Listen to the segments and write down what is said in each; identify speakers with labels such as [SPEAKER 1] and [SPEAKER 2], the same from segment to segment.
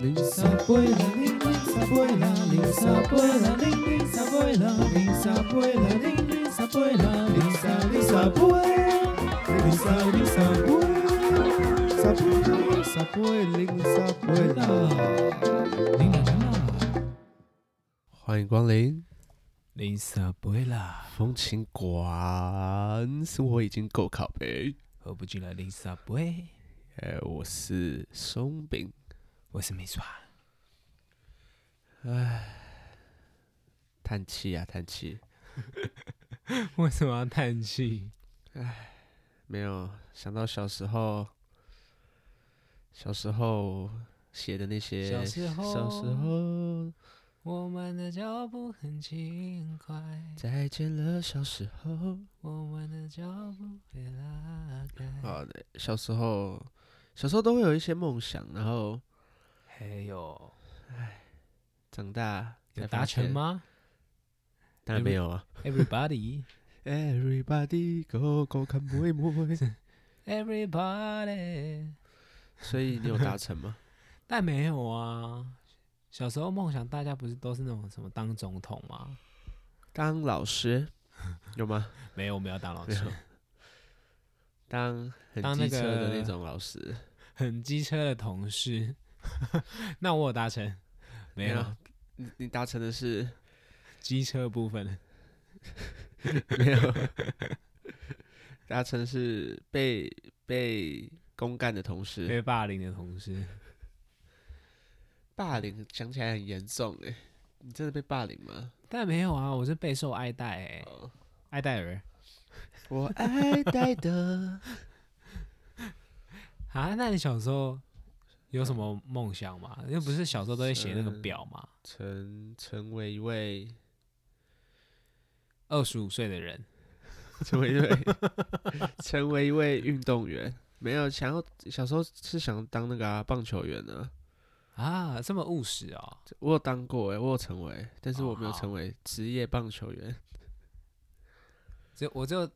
[SPEAKER 1] 零撒贝拉，零零撒贝拉，零撒贝拉，零零撒贝拉，零撒贝拉，零零撒贝拉，零撒零撒贝，零撒零撒贝，撒贝撒贝零撒贝拉，零啦啦，
[SPEAKER 2] 欢迎光临
[SPEAKER 1] 零撒贝拉，
[SPEAKER 2] 风情馆，生活已经够拷贝。
[SPEAKER 1] 喝不进来零撒贝，
[SPEAKER 2] 呃，我是松饼，
[SPEAKER 1] 我是美爪，
[SPEAKER 2] 叹气啊，叹气，
[SPEAKER 1] 为什么要叹气？
[SPEAKER 2] 没有想到小时候，小时候写的那些，
[SPEAKER 1] 小时候
[SPEAKER 2] 小时候
[SPEAKER 1] 我们的脚步很轻快，
[SPEAKER 2] 再见了，小时候，
[SPEAKER 1] 我们的脚步被拉开。
[SPEAKER 2] 好的，哦小时候，小时候都会有一些梦想，然后
[SPEAKER 1] 嘿呦，
[SPEAKER 2] 长大
[SPEAKER 1] 有
[SPEAKER 2] 才
[SPEAKER 1] 达
[SPEAKER 2] 发
[SPEAKER 1] 成
[SPEAKER 2] 现？
[SPEAKER 1] 吗
[SPEAKER 2] 当然没有啊。
[SPEAKER 1] ？Everybody，Everybody
[SPEAKER 2] Everybody go go 看不会不 会，
[SPEAKER 1] Everybody
[SPEAKER 2] 所以你有达成 吗？
[SPEAKER 1] 但没有啊。小时候梦想，大家不是都是那种什么当总统吗？
[SPEAKER 2] 当老师有吗？
[SPEAKER 1] 没有，我们要当老
[SPEAKER 2] 没
[SPEAKER 1] 师
[SPEAKER 2] 有，当很
[SPEAKER 1] 当那
[SPEAKER 2] 机车的
[SPEAKER 1] 个
[SPEAKER 2] 那种老师，
[SPEAKER 1] 很机车的同事。 那我有达成，没有
[SPEAKER 2] 有你你达成的是
[SPEAKER 1] 机车部分，
[SPEAKER 2] 没有，达成是被被公干的同事
[SPEAKER 1] 被霸凌的同事，
[SPEAKER 2] 霸凌，想起来很严重哎、你真的被霸凌吗？
[SPEAKER 1] 但没有啊，我是备受爱戴、欸，
[SPEAKER 2] 哦
[SPEAKER 1] 爱戴尔。
[SPEAKER 2] 我爱戴的
[SPEAKER 1] 啊，那你小时候有什么梦想吗？又不是小时候都会写那个
[SPEAKER 2] 是
[SPEAKER 1] 表吗？
[SPEAKER 2] 成成为一位
[SPEAKER 1] 二十五岁的人，
[SPEAKER 2] 成为一位成为一位运动员，没有想要小时候是想当那个、啊、棒球员呢、
[SPEAKER 1] 啊，这么务实哦。
[SPEAKER 2] 我有当过哎、我有成为，但是
[SPEAKER 1] 哦
[SPEAKER 2] 我没有
[SPEAKER 1] 好
[SPEAKER 2] 成为职业棒球 员。
[SPEAKER 1] 只有我就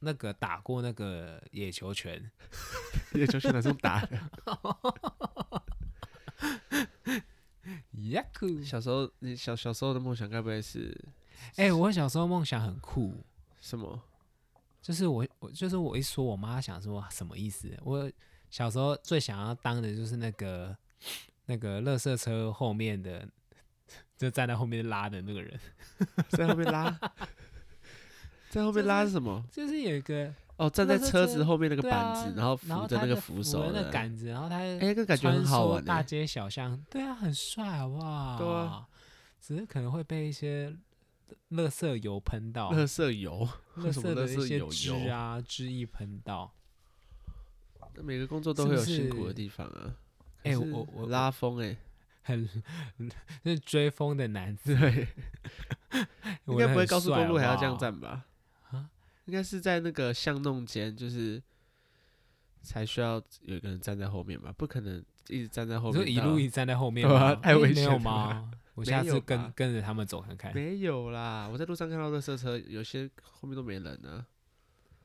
[SPEAKER 1] 那个打过那个野球拳，
[SPEAKER 2] 野球拳哪是用打的？
[SPEAKER 1] 呀 酷！
[SPEAKER 2] 小时候，你小小时候的梦想该不会是
[SPEAKER 1] 哎，我小时候梦想很酷，
[SPEAKER 2] 什么？
[SPEAKER 1] 就是我我就是我一说，我妈想说什么意思？我小时候最想要当的就是那个那个垃圾车后面的，就站在后面拉的那个人，
[SPEAKER 2] 在后面 拉，在后面拉是什么？
[SPEAKER 1] 就是有一个
[SPEAKER 2] 哦，站在
[SPEAKER 1] 那是
[SPEAKER 2] 车子后面那个
[SPEAKER 1] 对
[SPEAKER 2] 板
[SPEAKER 1] 啊
[SPEAKER 2] 子，然后
[SPEAKER 1] 然后
[SPEAKER 2] 扶着
[SPEAKER 1] 他
[SPEAKER 2] 那个
[SPEAKER 1] 就
[SPEAKER 2] 扶
[SPEAKER 1] 着
[SPEAKER 2] 手
[SPEAKER 1] 那
[SPEAKER 2] 的。
[SPEAKER 1] 杆子，然后他
[SPEAKER 2] 哎，那个感觉
[SPEAKER 1] 穿
[SPEAKER 2] 很好
[SPEAKER 1] 梭
[SPEAKER 2] 玩
[SPEAKER 1] 大
[SPEAKER 2] 哎。
[SPEAKER 1] 街小巷，对啊，很帅，好不好？
[SPEAKER 2] 对啊，
[SPEAKER 1] 只是可能会被一些垃圾油喷到，
[SPEAKER 2] 乐色 油，
[SPEAKER 1] 垃
[SPEAKER 2] 为什么
[SPEAKER 1] 圾的
[SPEAKER 2] 垃
[SPEAKER 1] 一
[SPEAKER 2] 圾
[SPEAKER 1] 些
[SPEAKER 2] 有
[SPEAKER 1] 汁
[SPEAKER 2] 油
[SPEAKER 1] 啊、汁液喷到。
[SPEAKER 2] 每个工作都
[SPEAKER 1] 是
[SPEAKER 2] 会
[SPEAKER 1] 不
[SPEAKER 2] 有辛苦
[SPEAKER 1] 是
[SPEAKER 2] 的地方啊。可
[SPEAKER 1] 哎，我
[SPEAKER 2] 是
[SPEAKER 1] 我我
[SPEAKER 2] 拉风哎，
[SPEAKER 1] 很就是追风的男子，
[SPEAKER 2] 对，应
[SPEAKER 1] 我
[SPEAKER 2] 该不
[SPEAKER 1] 觉得
[SPEAKER 2] 会
[SPEAKER 1] 很
[SPEAKER 2] 高速
[SPEAKER 1] 帅
[SPEAKER 2] 公路还要这
[SPEAKER 1] 好
[SPEAKER 2] 样
[SPEAKER 1] 不
[SPEAKER 2] 站吧？
[SPEAKER 1] 好啊？
[SPEAKER 2] 应该是在那个巷弄间，就是才需要有一个人站在后面吧，不可能一直站在后
[SPEAKER 1] 你
[SPEAKER 2] 面
[SPEAKER 1] 说
[SPEAKER 2] 到。
[SPEAKER 1] 一路一站在后面
[SPEAKER 2] 对啊
[SPEAKER 1] 吗？
[SPEAKER 2] 太
[SPEAKER 1] 哎
[SPEAKER 2] 危
[SPEAKER 1] 没
[SPEAKER 2] 险
[SPEAKER 1] 有
[SPEAKER 2] 了
[SPEAKER 1] 吗？我
[SPEAKER 2] 没
[SPEAKER 1] 下次
[SPEAKER 2] 有
[SPEAKER 1] 跟
[SPEAKER 2] 吧
[SPEAKER 1] 跟着他们走看看
[SPEAKER 2] 没有啦，我在路上看到垃圾车，有些后面都没人呢、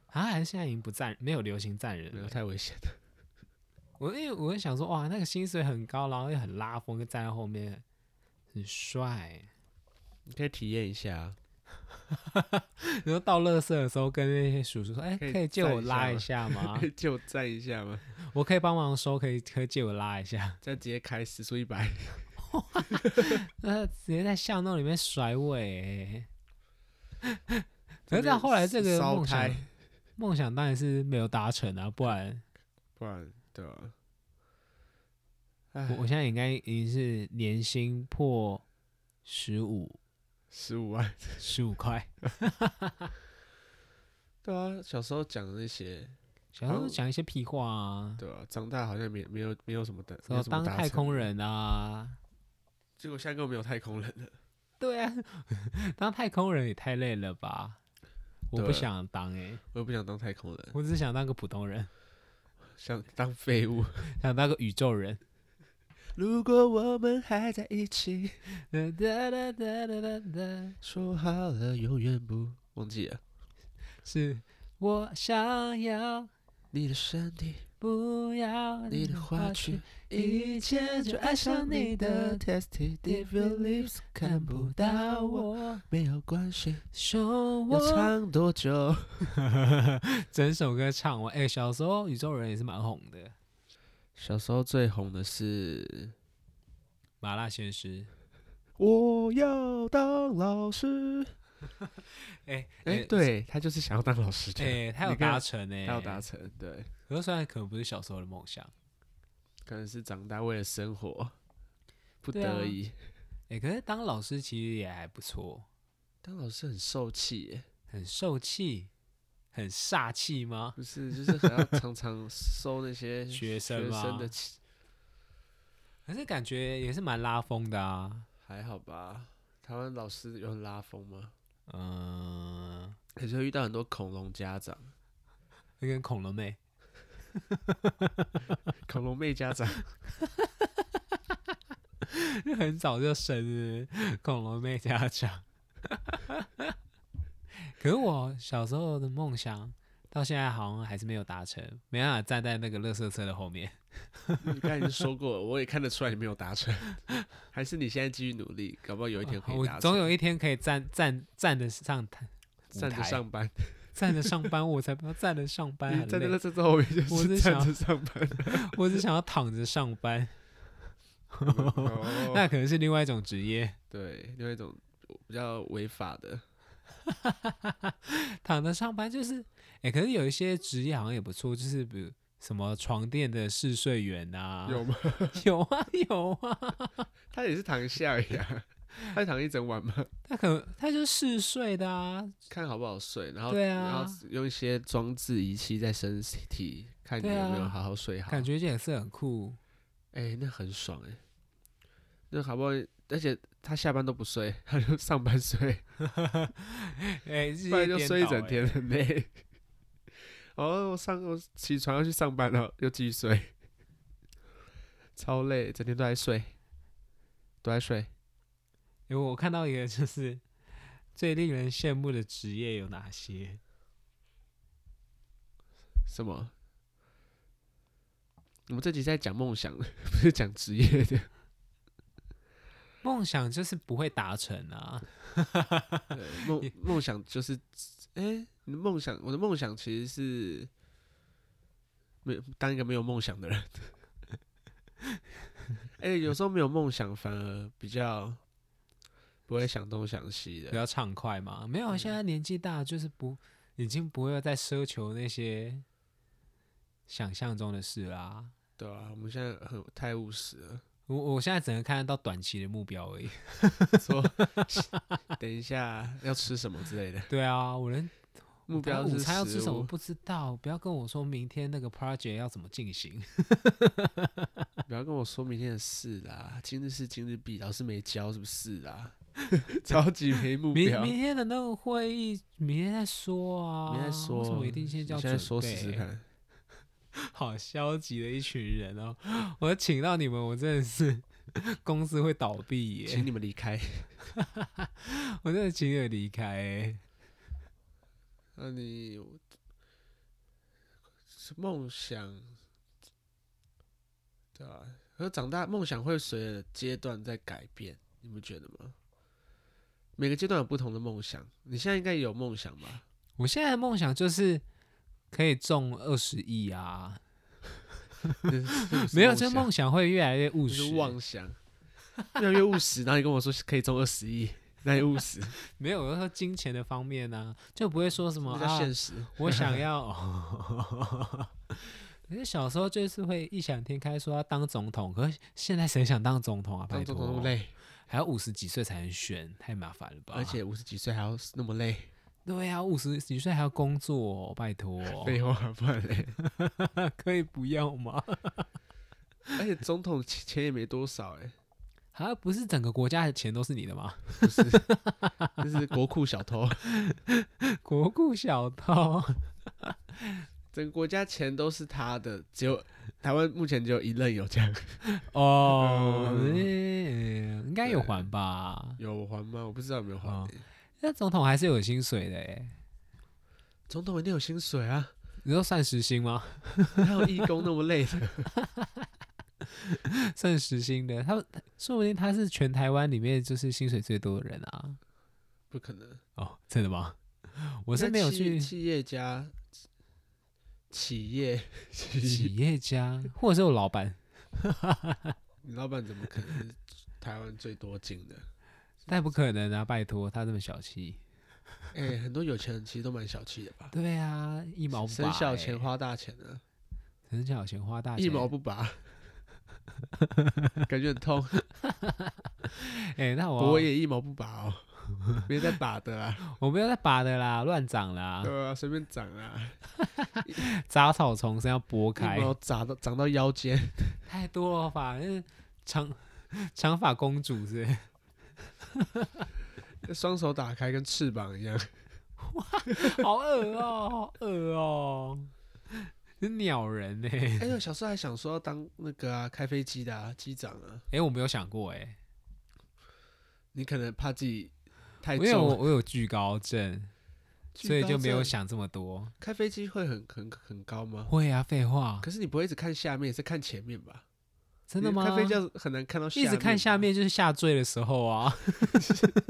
[SPEAKER 1] 啊！还是现在已经不站，没有流行站人
[SPEAKER 2] 没有
[SPEAKER 1] 了。
[SPEAKER 2] 太危险了。
[SPEAKER 1] 我因为我会想说，哇，那个薪水很高，然后又很拉风，又站在后面，很帅。
[SPEAKER 2] 你可以体验一下啊，
[SPEAKER 1] 然后到垃圾的时候，跟那些叔叔说：“哎、
[SPEAKER 2] 可以
[SPEAKER 1] 可以借我
[SPEAKER 2] 站一下吗
[SPEAKER 1] 拉一下吗
[SPEAKER 2] 可？以借我站一下吗？
[SPEAKER 1] 我可以帮忙收，可以可以借我拉一下。
[SPEAKER 2] 再直接开时速一百，”
[SPEAKER 1] 那呃直接在巷弄里面甩尾、欸。可
[SPEAKER 2] 在那
[SPEAKER 1] 是到后来，这个
[SPEAKER 2] 烧
[SPEAKER 1] 梦想
[SPEAKER 2] 胎，
[SPEAKER 1] 梦想当然是没有达成啊，不然
[SPEAKER 2] 不然对啊吧、
[SPEAKER 1] 我
[SPEAKER 2] 哎，
[SPEAKER 1] 我现在应该已经是年薪破十五
[SPEAKER 2] 十五万，
[SPEAKER 1] 十五 块。
[SPEAKER 2] 对啊，小时候讲的那些，
[SPEAKER 1] 小时候
[SPEAKER 2] 好
[SPEAKER 1] 讲一些屁话啊，
[SPEAKER 2] 对啊，长大好像没没有没有什么的，
[SPEAKER 1] 什
[SPEAKER 2] 没
[SPEAKER 1] 么
[SPEAKER 2] 有什么
[SPEAKER 1] 当
[SPEAKER 2] 达
[SPEAKER 1] 太
[SPEAKER 2] 成
[SPEAKER 1] 空，人啊，
[SPEAKER 2] 结果现在根本没有太空人了。
[SPEAKER 1] 对啊， 当太空人也太累了吧？我不
[SPEAKER 2] 对
[SPEAKER 1] 想当哎、
[SPEAKER 2] 我也不想当太空人，
[SPEAKER 1] 我只想当个普通人，
[SPEAKER 2] 想当废物。
[SPEAKER 1] 想当个宇宙人。
[SPEAKER 2] 如果我们还在一起，
[SPEAKER 1] 哒哒哒哒哒哒，
[SPEAKER 2] 说好了永远不忘记了
[SPEAKER 1] 是我想要
[SPEAKER 2] 你的身体，不要你的话去，一切就爱上你的 tasty deep your lips，看不到我没有关系，
[SPEAKER 1] 说
[SPEAKER 2] 要唱多久？
[SPEAKER 1] 整首歌唱完。哎、小时候宇宙人也是蛮红的，《
[SPEAKER 2] 小时候最红的是
[SPEAKER 1] 麻辣鲜师》
[SPEAKER 2] 我要当老师，
[SPEAKER 1] 哎
[SPEAKER 2] 哎，，对他就是想要当老 师的，
[SPEAKER 1] 哎、他有
[SPEAKER 2] 你看
[SPEAKER 1] 达成哎、
[SPEAKER 2] 他有达成，对，
[SPEAKER 1] 可是虽然可能不是小时候的梦想，
[SPEAKER 2] 可能是长大为了生活不
[SPEAKER 1] 对啊
[SPEAKER 2] 得已，
[SPEAKER 1] 哎、可是当老师其实也还不错，
[SPEAKER 2] 当老师很受气耶，
[SPEAKER 1] 很受气，很煞气吗？
[SPEAKER 2] 不是，就是还要常常收那些
[SPEAKER 1] 学生
[SPEAKER 2] 学生
[SPEAKER 1] 吗
[SPEAKER 2] 的气，
[SPEAKER 1] 可是感觉也是蛮拉风的啊。
[SPEAKER 2] 还好吧？台湾老师有很拉风吗？
[SPEAKER 1] 嗯，
[SPEAKER 2] 也就遇到很多恐龙家长、
[SPEAKER 1] 那跟恐龙妹，
[SPEAKER 2] 恐龙妹家长，
[SPEAKER 1] 很早就生日， 恐龙妹家长。 可是我小时候的梦想，到现在好像还是没有达成，没办法站在那个垃圾车的后面。
[SPEAKER 2] 你刚才已经说过了，我也看得出来你没有达成，还是你现在继续努力，搞不好有一天可以
[SPEAKER 1] 我
[SPEAKER 2] 达成。
[SPEAKER 1] 总有一天可以站站站得上台，
[SPEAKER 2] 站着
[SPEAKER 1] 台
[SPEAKER 2] 上班，
[SPEAKER 1] 站着上班，我才不要站着上 班，
[SPEAKER 2] 你
[SPEAKER 1] 很
[SPEAKER 2] 站在
[SPEAKER 1] 累
[SPEAKER 2] 那这之后面就
[SPEAKER 1] 我
[SPEAKER 2] 是
[SPEAKER 1] 是
[SPEAKER 2] 站
[SPEAKER 1] 想
[SPEAKER 2] 着上 班。
[SPEAKER 1] 我只想要躺着上班，
[SPEAKER 2] 哦
[SPEAKER 1] 那可能是另外一种职业。
[SPEAKER 2] 对，另外一种比较违法的，
[SPEAKER 1] 躺着上班就是，哎、可是有一些职业好像也不错，就是比如什么床垫的试睡员啊，
[SPEAKER 2] 有吗？
[SPEAKER 1] 有啊有啊，
[SPEAKER 2] 他也是躺下呀， 他躺一整晚嘛，
[SPEAKER 1] 他可能他就是嗜睡的啊，
[SPEAKER 2] 看好不好睡，然后
[SPEAKER 1] 对
[SPEAKER 2] 然
[SPEAKER 1] 啊
[SPEAKER 2] 后用一些装置仪器在身体看你
[SPEAKER 1] 对
[SPEAKER 2] 有没有
[SPEAKER 1] 啊
[SPEAKER 2] 好好睡好。
[SPEAKER 1] 感觉这也是很酷。
[SPEAKER 2] 哎、那很爽哎、那好不容易，而且他下班都不睡，他就上班 睡，
[SPEAKER 1] 哎、日
[SPEAKER 2] 不然就
[SPEAKER 1] 夜颠
[SPEAKER 2] 睡一
[SPEAKER 1] 倒
[SPEAKER 2] 整
[SPEAKER 1] 哎
[SPEAKER 2] 天很累。 哦，我上我起床要去上班了，又继续睡，超累，整天都在睡，都在睡。
[SPEAKER 1] 因为我看到一个就是最令人羡慕的职业有哪些？
[SPEAKER 2] 什么？我们这集是在讲梦想的， 不是讲职业 的。
[SPEAKER 1] 梦想就是不会达成啊，
[SPEAKER 2] 对梦梦想就是，哎、你的梦想，我的梦想其实是没有当一个没有梦想的人。 哎、有时候没有梦想反而比较不会想东想西
[SPEAKER 1] 比
[SPEAKER 2] 的。
[SPEAKER 1] 较畅快嘛。
[SPEAKER 2] 嗯
[SPEAKER 1] 没有啊，现在年纪大，就是不已经不会再奢求那些想象中的事啦。
[SPEAKER 2] 对啊，我们现在很太务实了。
[SPEAKER 1] 我我现在只能看得到短期的目标而已。
[SPEAKER 2] 说等一下要吃什么之类 的，
[SPEAKER 1] 对啊，我连
[SPEAKER 2] 目标
[SPEAKER 1] 午
[SPEAKER 2] 是
[SPEAKER 1] 餐要吃
[SPEAKER 2] 食
[SPEAKER 1] 什么
[SPEAKER 2] 物
[SPEAKER 1] 不知道，不要跟我说明天那个 project 要怎么进行。
[SPEAKER 2] 不要跟我说明天的事啦，今日事今日毕，老师没教是不是啦？ 超级没目
[SPEAKER 1] 明
[SPEAKER 2] 标，
[SPEAKER 1] 明天的那个会议，明天再说啊。
[SPEAKER 2] 啊明天再
[SPEAKER 1] 为什
[SPEAKER 2] 说，
[SPEAKER 1] 么一定现在
[SPEAKER 2] 你
[SPEAKER 1] 要
[SPEAKER 2] 现在
[SPEAKER 1] 准
[SPEAKER 2] 说试试
[SPEAKER 1] 备
[SPEAKER 2] 看。
[SPEAKER 1] 好消极的一群人哦！我请到你们，我真的是 公司会倒闭耶
[SPEAKER 2] 请！你们离开。
[SPEAKER 1] 我真的请你们离开耶。
[SPEAKER 2] 那你是梦想，对啊，可是长大梦想会随着阶段在改变，你不觉得吗？每个阶段有不同的梦想，你现在应该也有梦想 吧？
[SPEAKER 1] 我现在的梦想就是可以中二十亿啊！
[SPEAKER 2] 这是不是
[SPEAKER 1] 没有，这
[SPEAKER 2] 梦想
[SPEAKER 1] 梦想会越来越务
[SPEAKER 2] 就
[SPEAKER 1] 实
[SPEAKER 2] 是。妄想， 越来越务实。然后你跟我说可以中二十亿，那也务 实，
[SPEAKER 1] 没有，我是说金钱的方面呢、就不会说什么
[SPEAKER 2] 那叫
[SPEAKER 1] 啊，
[SPEAKER 2] 现实。
[SPEAKER 1] 我想要。 可是小时候就是会异想天开，说要当总统，可是现在谁想当总统啊？
[SPEAKER 2] 当
[SPEAKER 1] 拜
[SPEAKER 2] 总统那
[SPEAKER 1] 托
[SPEAKER 2] 么，累，
[SPEAKER 1] 还要五十几岁才能选，太麻烦了吧？
[SPEAKER 2] 而且五十几岁还要那么累，
[SPEAKER 1] 对啊，五十几岁还要工作哦、拜 托、
[SPEAKER 2] 废话不然 嘞。
[SPEAKER 1] 可以不要吗？
[SPEAKER 2] 而且总统钱钱也没多少 哎、
[SPEAKER 1] 啊，不是整个国家的钱都是你的吗？
[SPEAKER 2] 不是，这是国库小偷，
[SPEAKER 1] 国库小偷，
[SPEAKER 2] 整个国家钱都是他的，只有台湾目前只有一任有这样。
[SPEAKER 1] 哦，
[SPEAKER 2] 嗯
[SPEAKER 1] 嗯应该有还吧？
[SPEAKER 2] 有还吗？我不知道有没有还、
[SPEAKER 1] 哦
[SPEAKER 2] 欸。
[SPEAKER 1] 那总统还是有薪水的耶，
[SPEAKER 2] 总统一定有薪水啊，
[SPEAKER 1] 你说算时薪吗？
[SPEAKER 2] 哪有义工那么累的？
[SPEAKER 1] 算时薪的，他他说不定他是全台湾里面就是薪水最多的人啊。
[SPEAKER 2] 不可能，
[SPEAKER 1] 哦，真的吗？我
[SPEAKER 2] 我
[SPEAKER 1] 是没有去
[SPEAKER 2] 企业家、企业、
[SPEAKER 1] 企业家，或者是我老板，
[SPEAKER 2] 你老板怎么可能是台湾最多金的？
[SPEAKER 1] 但不可能啊！拜托，他这么小气。
[SPEAKER 2] 哎、很多有钱人其实都蛮小气的吧？
[SPEAKER 1] 对啊，一毛不拔、
[SPEAKER 2] 省小钱
[SPEAKER 1] 欸，
[SPEAKER 2] 花大钱啊，
[SPEAKER 1] 省小钱花大钱，
[SPEAKER 2] 一毛不 拔，感觉很痛。
[SPEAKER 1] 哎、那我
[SPEAKER 2] 我也一毛不拔哦，别再拔的 啦，
[SPEAKER 1] 我没有在拔的啦，乱长啦，
[SPEAKER 2] 对啊，随便长啊，
[SPEAKER 1] 杂草丛生要拨开
[SPEAKER 2] 一，毛长到长到腰间，
[SPEAKER 1] 太多了吧？那长长发公主是不是
[SPEAKER 2] 双手打开跟翅膀一 样。
[SPEAKER 1] 好恶哦、好恶哦、 是鸟人呢、 欸？
[SPEAKER 2] 哎、我小时候还想说要当那个啊，开飞机的啊，机长啊。
[SPEAKER 1] 哎、我没有想过哎、
[SPEAKER 2] 你可能怕自己太
[SPEAKER 1] 因
[SPEAKER 2] 重，
[SPEAKER 1] 为我我有惧高症，
[SPEAKER 2] 惧
[SPEAKER 1] 所以
[SPEAKER 2] 高
[SPEAKER 1] 就没有
[SPEAKER 2] 症
[SPEAKER 1] 想这么多。
[SPEAKER 2] 开飞机会很很很高吗？
[SPEAKER 1] 会啊，废话，
[SPEAKER 2] 可是你不会一直看下面，是看前面吧？
[SPEAKER 1] 真的吗？
[SPEAKER 2] 开飞机要很难看到下
[SPEAKER 1] 一
[SPEAKER 2] 面吧，
[SPEAKER 1] 直看下面就是下坠的时候啊，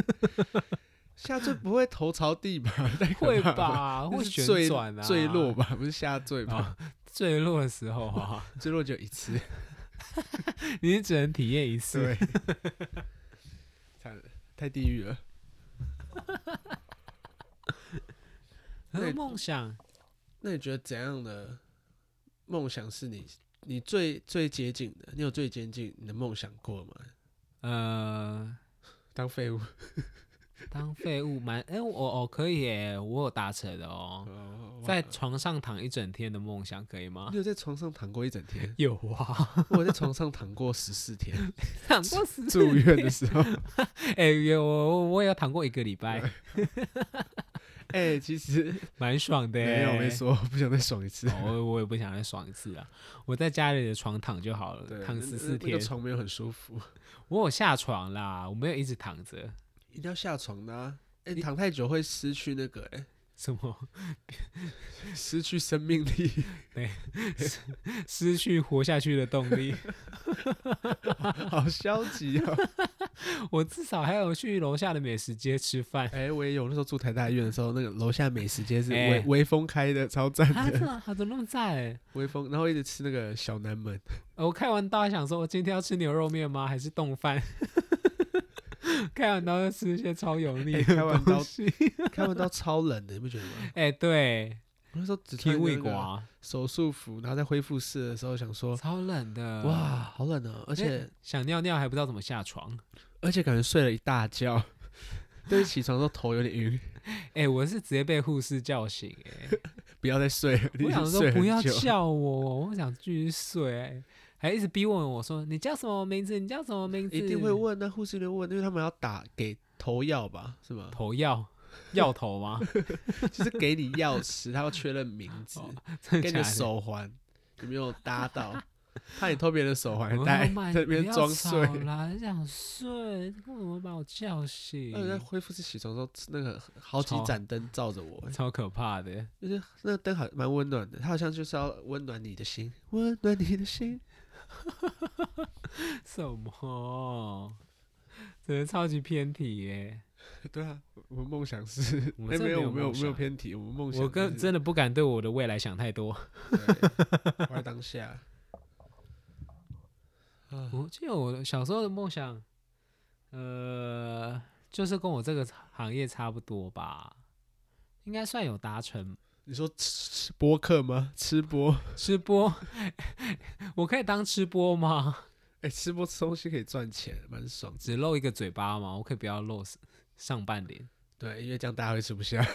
[SPEAKER 2] 下坠不会头朝地 吧？太可
[SPEAKER 1] 会
[SPEAKER 2] 怕了？
[SPEAKER 1] 吧？
[SPEAKER 2] 那
[SPEAKER 1] 会
[SPEAKER 2] 是
[SPEAKER 1] 旋
[SPEAKER 2] 坠
[SPEAKER 1] 转啊，
[SPEAKER 2] 坠落吧？不是下坠吧？
[SPEAKER 1] 啊，坠落的时候啊，
[SPEAKER 2] 坠落就一次，
[SPEAKER 1] 你只能体验一次。
[SPEAKER 2] 对， 惨了，太地狱了。
[SPEAKER 1] 可是
[SPEAKER 2] 对
[SPEAKER 1] 呃梦想，
[SPEAKER 2] 那你觉得怎样的梦想是你你最最接近的？你有最接近你的梦想过吗？
[SPEAKER 1] 呃，
[SPEAKER 2] 当废物
[SPEAKER 1] 当废物蛮，哎、我哦可以耶，我有达成的哦，
[SPEAKER 2] 哦，
[SPEAKER 1] 在
[SPEAKER 2] 哇
[SPEAKER 1] 床上躺一整天的梦想可以吗
[SPEAKER 2] 你？有在床上躺过一整天
[SPEAKER 1] ？有啊，
[SPEAKER 2] 我有在床上躺过十四 天，
[SPEAKER 1] 躺过十次
[SPEAKER 2] 住院的时候。
[SPEAKER 1] 哎、有我我也有躺过一个礼拜，
[SPEAKER 2] 哎、其实
[SPEAKER 1] 蛮爽的。
[SPEAKER 2] 没有没。说，不想再爽一次。
[SPEAKER 1] 哦我我也不想再爽一次啊！我在家里的床躺就好
[SPEAKER 2] 对
[SPEAKER 1] 了，，躺
[SPEAKER 2] 那
[SPEAKER 1] 十
[SPEAKER 2] 那
[SPEAKER 1] 四
[SPEAKER 2] 那
[SPEAKER 1] 天
[SPEAKER 2] 个。床没有很舒服，
[SPEAKER 1] 我有下床啦，我没有一直躺着。
[SPEAKER 2] 一定要下床的、啊。哎、躺太久会失去那个、哎，
[SPEAKER 1] 什么
[SPEAKER 2] 失去生命力。
[SPEAKER 1] 失去活下去的动力？
[SPEAKER 2] 好消极哦！
[SPEAKER 1] 我至少还有去楼下的美食街吃饭。
[SPEAKER 2] 哎、我也有，那时候住台大医院的时候，那个楼下美食街是微、
[SPEAKER 1] 哎
[SPEAKER 2] 微风开的，超赞
[SPEAKER 1] 啊，
[SPEAKER 2] 的
[SPEAKER 1] 这么好怎么那么赞、欸
[SPEAKER 2] 微风，然后一直吃那个小南 门，
[SPEAKER 1] 呃 我开完刀还想说，我今天要吃牛肉面吗？还是冻饭？ 开完刀就吃一些超油腻
[SPEAKER 2] 哎
[SPEAKER 1] 的
[SPEAKER 2] 开完刀
[SPEAKER 1] 东西。
[SPEAKER 2] 开完刀超冷的，你不觉得吗？
[SPEAKER 1] 哎、对，
[SPEAKER 2] 我那时候只
[SPEAKER 1] 提
[SPEAKER 2] 穿一
[SPEAKER 1] 味
[SPEAKER 2] 个那个
[SPEAKER 1] 瓜，
[SPEAKER 2] 手术服，然后在恢复室的时候想说，
[SPEAKER 1] 超冷的。
[SPEAKER 2] 哇，，好冷哦，而且
[SPEAKER 1] 想尿尿还不知道怎么下床。
[SPEAKER 2] 而且感觉睡了一大觉， 但是起床的时候头有点晕，
[SPEAKER 1] 哎、我是直接被护士叫醒、 哎。
[SPEAKER 2] 不要再睡了，你
[SPEAKER 1] 我
[SPEAKER 2] 已经睡
[SPEAKER 1] 想说
[SPEAKER 2] 很
[SPEAKER 1] 不要
[SPEAKER 2] 久
[SPEAKER 1] 叫我，我想继续睡，还一直逼问我说你叫什么名字？你叫什么名字？
[SPEAKER 2] 一定会问，那护士就问，因为他们要打给头药吧，是吗？
[SPEAKER 1] 头药药头吗？
[SPEAKER 2] 就是给你药吃，他要确认 名字。
[SPEAKER 1] 哦真
[SPEAKER 2] 跟你
[SPEAKER 1] 的
[SPEAKER 2] 的
[SPEAKER 1] 假的？
[SPEAKER 2] 手环有没有搭到？怕你偷别人的手环
[SPEAKER 1] 我，
[SPEAKER 2] 戴
[SPEAKER 1] 买
[SPEAKER 2] 在那边装睡。
[SPEAKER 1] 啦，很想睡，为什么把我叫醒
[SPEAKER 2] 那？我在恢复室起床的时候，那个好几
[SPEAKER 1] 超
[SPEAKER 2] 盏灯照着我，
[SPEAKER 1] 超可怕的，
[SPEAKER 2] 就是那个灯好蛮温暖的，它好像就是要温暖你的心，温暖你的心。
[SPEAKER 1] 什么？真的超级偏题耶！
[SPEAKER 2] 对啊，我们梦想是，
[SPEAKER 1] 我们
[SPEAKER 2] 哎
[SPEAKER 1] 真的
[SPEAKER 2] 没有
[SPEAKER 1] 没有
[SPEAKER 2] 没有
[SPEAKER 1] 梦
[SPEAKER 2] 没有
[SPEAKER 1] 想
[SPEAKER 2] 偏题，我们梦想
[SPEAKER 1] 我跟
[SPEAKER 2] 就是
[SPEAKER 1] 真的不敢对我的未来想太多。
[SPEAKER 2] 对活在当 下。啊，
[SPEAKER 1] 我记得我小时候的梦想，呃，就是跟我这个行业差不多吧，应该算有达成。
[SPEAKER 2] 你说吃吃播客吗？吃播，
[SPEAKER 1] 吃播， 我可以当吃播吗？
[SPEAKER 2] 哎，吃播吃东西可以赚钱，蛮爽的。
[SPEAKER 1] 只露一个嘴巴吗？我可以不要露上上半脸。
[SPEAKER 2] 对，因为这样大家会吃不下。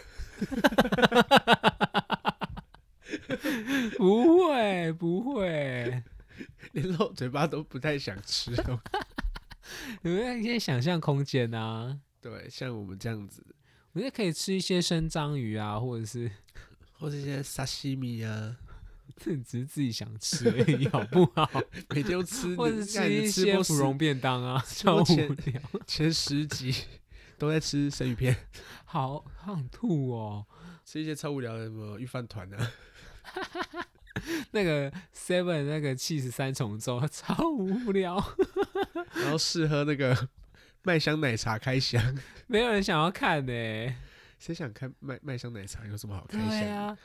[SPEAKER 1] 不会，不会，
[SPEAKER 2] 连露嘴巴都不太想吃 东西。
[SPEAKER 1] 有没有一些想象空间啊？
[SPEAKER 2] 对，像我们这样子，
[SPEAKER 1] 我觉得可以吃一些生章鱼啊，或者是
[SPEAKER 2] 或是一些沙西米啊，
[SPEAKER 1] 只是自己想吃而已，好不 好？
[SPEAKER 2] 每天都吃，
[SPEAKER 1] 或者
[SPEAKER 2] 你
[SPEAKER 1] 是
[SPEAKER 2] 看
[SPEAKER 1] 吃
[SPEAKER 2] 你
[SPEAKER 1] 一
[SPEAKER 2] 吃
[SPEAKER 1] 些
[SPEAKER 2] 播
[SPEAKER 1] 芙
[SPEAKER 2] 十
[SPEAKER 1] 蓉便当啊，
[SPEAKER 2] 吃
[SPEAKER 1] 超
[SPEAKER 2] 播
[SPEAKER 1] 无
[SPEAKER 2] 前
[SPEAKER 1] 聊。
[SPEAKER 2] 前十集都在吃生鱼片，
[SPEAKER 1] 好好想吐哦！
[SPEAKER 2] 吃一些超无聊的什么御饭团啊，
[SPEAKER 1] 那个 Seven 那个 cheese 三重奏超无聊，
[SPEAKER 2] 然后试喝那个麦香奶茶开箱，
[SPEAKER 1] 没有人想要看呢、
[SPEAKER 2] 谁想看麦麦香奶茶有什么好开
[SPEAKER 1] 对
[SPEAKER 2] 箱？
[SPEAKER 1] 啊，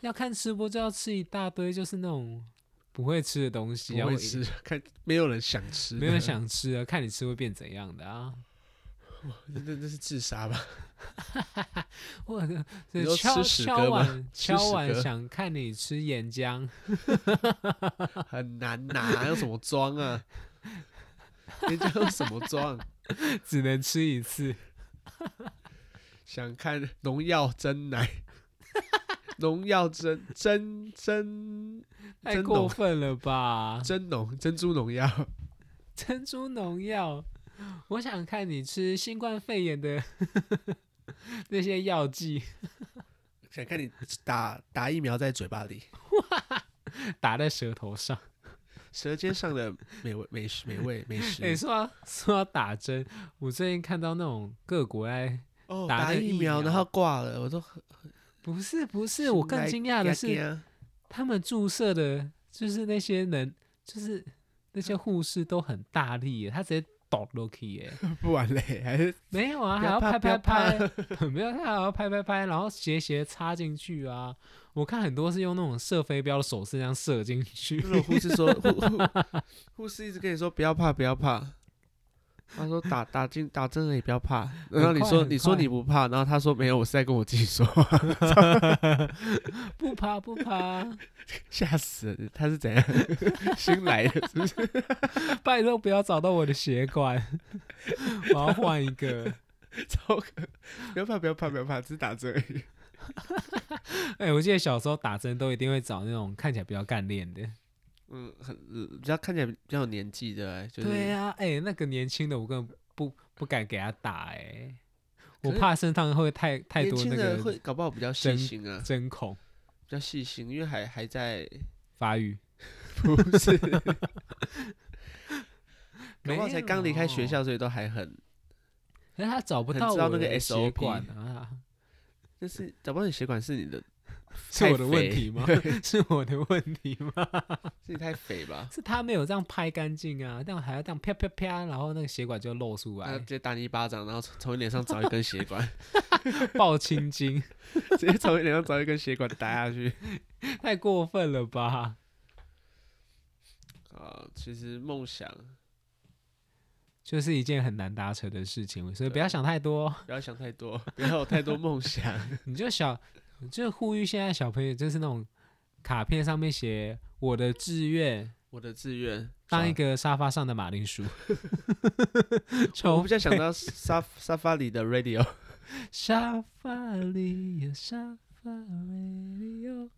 [SPEAKER 1] 要看吃播就要吃一大堆，就是那种不会吃的东西，
[SPEAKER 2] 不
[SPEAKER 1] 然后
[SPEAKER 2] 会吃，看没有人想吃，
[SPEAKER 1] 没有 人，想吃啊，看你吃会变怎样的啊。
[SPEAKER 2] 那那那是自杀吧？
[SPEAKER 1] 我的
[SPEAKER 2] 你
[SPEAKER 1] 这
[SPEAKER 2] 说
[SPEAKER 1] 敲
[SPEAKER 2] 吃屎
[SPEAKER 1] 敲
[SPEAKER 2] 哥吗
[SPEAKER 1] 碗
[SPEAKER 2] 吃屎
[SPEAKER 1] 敲碗
[SPEAKER 2] 哥
[SPEAKER 1] 想看你吃岩浆，
[SPEAKER 2] 很难拿， 要怎么装啊？人家用什么装？
[SPEAKER 1] 只能吃一次。
[SPEAKER 2] 想看农药真奶， 农药真真真
[SPEAKER 1] 太
[SPEAKER 2] 真
[SPEAKER 1] 过
[SPEAKER 2] 浓
[SPEAKER 1] 分了吧！
[SPEAKER 2] 真农珍珠农药，
[SPEAKER 1] 珍珠农药，我想看你吃新冠肺炎的 那些药剂，
[SPEAKER 2] 想看你打打疫苗在嘴巴里，
[SPEAKER 1] 打在舌头上。
[SPEAKER 2] 舌尖上的美味 美食美味美食。
[SPEAKER 1] 哎、说到说到打针，我最近看到那种各国哎，
[SPEAKER 2] 哦，
[SPEAKER 1] 打
[SPEAKER 2] 打
[SPEAKER 1] 那个
[SPEAKER 2] 疫
[SPEAKER 1] 疫
[SPEAKER 2] 苗
[SPEAKER 1] 苗
[SPEAKER 2] 然后挂了，我都
[SPEAKER 1] 不是不是，我更惊讶的是，他们注射的，就是那些人，就是那些护士都很大力耶，他直接倒落去耶。
[SPEAKER 2] 不玩嘞，还是
[SPEAKER 1] 没有啊，
[SPEAKER 2] 不
[SPEAKER 1] 还要
[SPEAKER 2] 要
[SPEAKER 1] 拍
[SPEAKER 2] 怕
[SPEAKER 1] 拍拍
[SPEAKER 2] 不要，
[SPEAKER 1] 没有他还要拍拍拍，然后斜斜插进去啊。我看很多是用那种射飞镖的手势这样射进去
[SPEAKER 2] 那，种护士说，护护护士一直跟你说不要怕，不要怕。他说打打进打针了也不要怕，然后你
[SPEAKER 1] 快
[SPEAKER 2] 说
[SPEAKER 1] 很
[SPEAKER 2] 你说
[SPEAKER 1] 快
[SPEAKER 2] 你不怕，然后他说没有，我是在跟我自己说 话，
[SPEAKER 1] 不怕不怕，
[SPEAKER 2] 吓死人！他是怎样 新来的？是不是？
[SPEAKER 1] 拜托不要找到我的血管， 我要换一 个。
[SPEAKER 2] 超可，不要怕，不要怕，不要怕，只是打针而已。
[SPEAKER 1] 哎、我记得小时候打针都一定会找那种看起来比较干练的。
[SPEAKER 2] 嗯，很呃比较看起来比较有年纪的、欸，就是
[SPEAKER 1] 对呀、哎、那个年轻的我根本不不敢给他打、哎，我
[SPEAKER 2] 可是
[SPEAKER 1] 怕身上会太太
[SPEAKER 2] 年
[SPEAKER 1] 多
[SPEAKER 2] 轻
[SPEAKER 1] 那
[SPEAKER 2] 人会
[SPEAKER 1] 个
[SPEAKER 2] 搞不好比较细
[SPEAKER 1] 针
[SPEAKER 2] 心啊，
[SPEAKER 1] 针孔
[SPEAKER 2] 比较细心，因为还还 在
[SPEAKER 1] 发育。
[SPEAKER 2] 不是，搞
[SPEAKER 1] 没
[SPEAKER 2] 不好才刚离开学
[SPEAKER 1] 有
[SPEAKER 2] 校，所以都还很，
[SPEAKER 1] 可是他找不
[SPEAKER 2] 很
[SPEAKER 1] 到
[SPEAKER 2] 知道
[SPEAKER 1] 我
[SPEAKER 2] 那个
[SPEAKER 1] 的血
[SPEAKER 2] SOP
[SPEAKER 1] 管 啊，
[SPEAKER 2] 但是找不到你血管是你的，
[SPEAKER 1] 是我
[SPEAKER 2] 太
[SPEAKER 1] 的问
[SPEAKER 2] 肥
[SPEAKER 1] 题 吗？是我的问题吗？
[SPEAKER 2] 是你太肥吧？
[SPEAKER 1] 是他没有这样拍干净啊，但还要这样啪啪啪，然后那个血管就露出
[SPEAKER 2] 他
[SPEAKER 1] 来
[SPEAKER 2] 直，接打你一巴掌，然后从从你脸上找一根血管，
[SPEAKER 1] 爆青筋，
[SPEAKER 2] 直接从你脸上找一根血管打下去。
[SPEAKER 1] 太过分了吧？
[SPEAKER 2] 啊，其实梦想
[SPEAKER 1] 就是一件很难达成的事情，所以不
[SPEAKER 2] 对
[SPEAKER 1] 要想太多，
[SPEAKER 2] 不要想太多，不要有太多梦想。
[SPEAKER 1] 你就想，就呼吁现在小朋友，就是那种卡片上面写我的志愿，
[SPEAKER 2] 我的志愿
[SPEAKER 1] 当一
[SPEAKER 2] 个，
[SPEAKER 1] 个沙发上的马铃薯，
[SPEAKER 2] 我
[SPEAKER 1] 从
[SPEAKER 2] 比较想到沙沙发里的 radio，
[SPEAKER 1] 沙发里有沙发里有。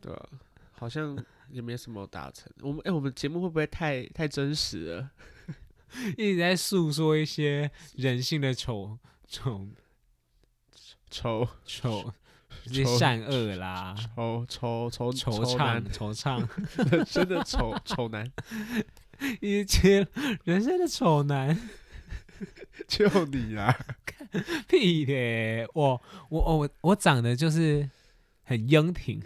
[SPEAKER 2] 对吧？好像也没什么达成。我们哎、我们节目会不会太太真实了？
[SPEAKER 1] 一直在诉说一些人性的丑丑
[SPEAKER 2] 丑
[SPEAKER 1] 丑，这些
[SPEAKER 2] 丑
[SPEAKER 1] 善恶啦，
[SPEAKER 2] 丑丑丑
[SPEAKER 1] 惆
[SPEAKER 2] 男
[SPEAKER 1] 怅，惆怅，
[SPEAKER 2] 人生的丑丑男，
[SPEAKER 1] 一些人生的丑男，
[SPEAKER 2] 就你啦！
[SPEAKER 1] 屁嘞！我我哦我我我长得就是很英挺，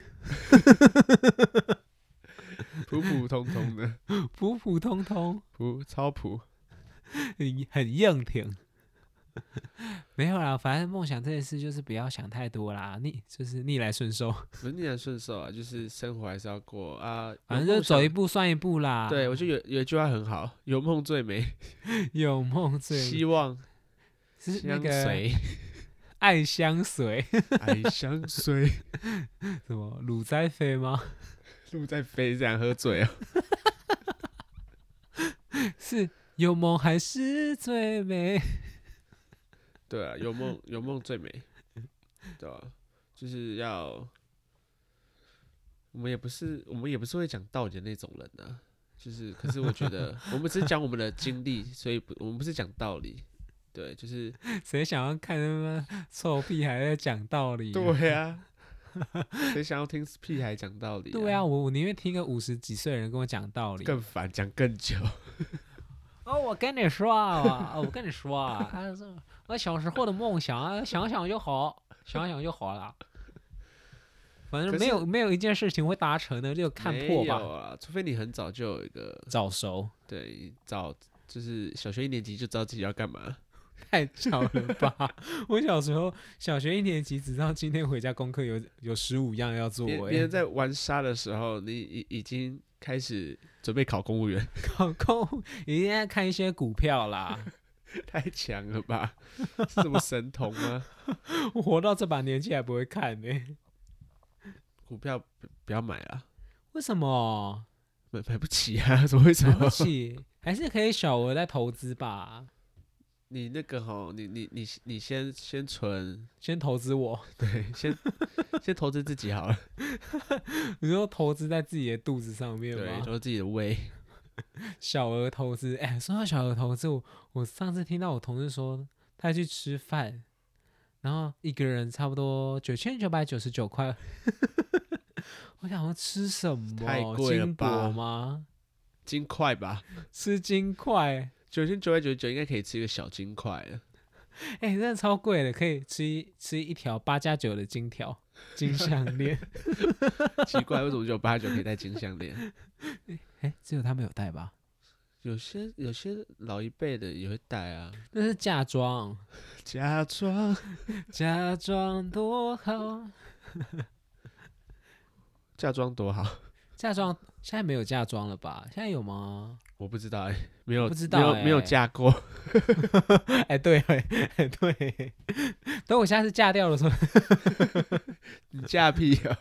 [SPEAKER 2] 普普通通的，
[SPEAKER 1] 普普通通，
[SPEAKER 2] 普超普，
[SPEAKER 1] 很很硬挺。 没有啦，反正梦想这件事就是不要想太多啦，逆就是逆来顺受，
[SPEAKER 2] 不是逆来顺受啊，就是生活还是要过啊。有
[SPEAKER 1] 反正就
[SPEAKER 2] 梦
[SPEAKER 1] 走
[SPEAKER 2] 想
[SPEAKER 1] 一。步算一步啦。
[SPEAKER 2] 对，我觉得有有一句话很好，有梦最美，
[SPEAKER 1] 有梦最
[SPEAKER 2] 希望
[SPEAKER 1] 是那
[SPEAKER 2] 相
[SPEAKER 1] 个
[SPEAKER 2] 随，
[SPEAKER 1] 爱相随。
[SPEAKER 2] 爱相随。
[SPEAKER 1] 什么鲁在飞吗？
[SPEAKER 2] 路在飞，这样喝醉啊？
[SPEAKER 1] 是有梦还是最美？
[SPEAKER 2] 对啊，有梦有梦最美，对啊，就是要。我们也不是，我们也不是会讲道理的那种人啊。就是，可是我觉得 我们只是讲我们的经历，所以不，我们不是讲道理。对，就是
[SPEAKER 1] 谁想要看他妈臭屁还在讲道理、
[SPEAKER 2] 对啊，谁想要听屁孩讲道理、
[SPEAKER 1] 对啊，，我我宁愿听个五十几岁的人跟我讲道理。
[SPEAKER 2] 更烦，讲更久。
[SPEAKER 1] 哦，我跟你说啊，我跟你 说啊，啊这我小时候的梦想啊，想想就好，想想就好了。反正
[SPEAKER 2] 可
[SPEAKER 1] 没
[SPEAKER 2] 是
[SPEAKER 1] 有没有一件事情会达成的，就 看
[SPEAKER 2] 没
[SPEAKER 1] 破吧
[SPEAKER 2] 有，啊，除非你很早就有一个
[SPEAKER 1] 早熟，
[SPEAKER 2] 对早，就是小学一年级就知道自己要干嘛。
[SPEAKER 1] 太早了吧？ 我小时候小学一年级，只知道今天回家功课有有十五样要做、
[SPEAKER 2] 别别
[SPEAKER 1] 欸
[SPEAKER 2] 人，在玩沙的时候，你已已经开始准备考公务员，
[SPEAKER 1] 考公一定在看一些股票啦。
[SPEAKER 2] 太强了 吧？是什么神童吗？
[SPEAKER 1] 我活到这把年纪还不会看 呢、
[SPEAKER 2] 股票不不要买啊，
[SPEAKER 1] 为什 么？
[SPEAKER 2] 买买不起啊， 怎么会什
[SPEAKER 1] 买不
[SPEAKER 2] 么？
[SPEAKER 1] 起，还是可以小额在投资吧。
[SPEAKER 2] 你那个吼，你你你你先先存，
[SPEAKER 1] 先投资我，
[SPEAKER 2] 对， 先先投资自己好 了，
[SPEAKER 1] 你说投资在自己的肚子上面
[SPEAKER 2] 对，
[SPEAKER 1] 吗？
[SPEAKER 2] 投资自己的胃。
[SPEAKER 1] 小额投资，哎、说到小额投资，我我上次听到我同事说，他去吃饭，然后一个人差不多九千九百九十九块， 我想说吃什么？
[SPEAKER 2] 太贵了
[SPEAKER 1] 金
[SPEAKER 2] 吧
[SPEAKER 1] 箔吗？
[SPEAKER 2] 金块吧，
[SPEAKER 1] 吃金块，
[SPEAKER 2] 九千九百九十九应该可以吃一个小金块啊了。
[SPEAKER 1] 哎、真的超贵的，可以吃一吃一条八加九的金条金项链，
[SPEAKER 2] 奇怪，为什么只有八九可以戴金项链？
[SPEAKER 1] 哎、只有他们有戴吧？
[SPEAKER 2] 有些有些老一辈的也会戴啊，
[SPEAKER 1] 那是嫁妆。
[SPEAKER 2] 假装
[SPEAKER 1] 假装多好，
[SPEAKER 2] 嫁妆多好，
[SPEAKER 1] 嫁妆现在没有嫁妆了吧？现在有吗？
[SPEAKER 2] 我不知道哎、没有
[SPEAKER 1] 不知道
[SPEAKER 2] 没有、没有
[SPEAKER 1] 欸
[SPEAKER 2] 嫁过，
[SPEAKER 1] 哎、对、哎，对，等我下次嫁掉的时候，
[SPEAKER 2] 你嫁屁 啊、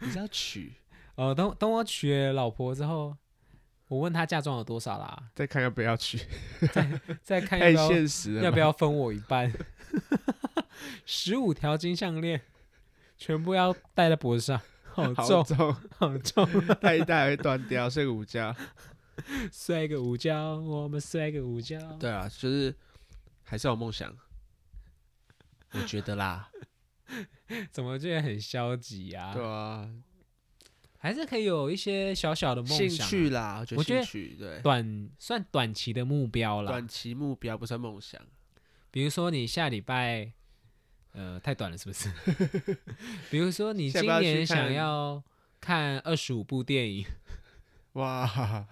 [SPEAKER 2] 你是要娶，
[SPEAKER 1] 哦，等等我娶了老婆之后，我问她嫁妆有多少啦，
[SPEAKER 2] 再看要不要娶，
[SPEAKER 1] 再看要
[SPEAKER 2] 太
[SPEAKER 1] 不要
[SPEAKER 2] 现实了吧，
[SPEAKER 1] 要不要分我一半，十五条金项链，全部要戴在脖子上，好
[SPEAKER 2] 好
[SPEAKER 1] 重
[SPEAKER 2] 重，
[SPEAKER 1] 好重，
[SPEAKER 2] 太大会断掉，睡个午 觉。
[SPEAKER 1] 摔个午觉，我们摔个午觉，
[SPEAKER 2] 对啊，就是还是要有梦想，我觉得啦，
[SPEAKER 1] 怎么觉得很消极 呀、
[SPEAKER 2] 对啊，
[SPEAKER 1] 还是可以有一些小小的梦想啊、
[SPEAKER 2] 兴趣啦，我觉
[SPEAKER 1] 我
[SPEAKER 2] 得
[SPEAKER 1] 觉得
[SPEAKER 2] 兴趣对。
[SPEAKER 1] 短算短期的目标啦
[SPEAKER 2] 短。期目标不算梦想，
[SPEAKER 1] 比如说你下礼拜，呃，太短了是不 是？比如说你
[SPEAKER 2] 下
[SPEAKER 1] 今
[SPEAKER 2] 礼拜要去
[SPEAKER 1] 年想
[SPEAKER 2] 看
[SPEAKER 1] 要看二十五部电影，
[SPEAKER 2] 哇，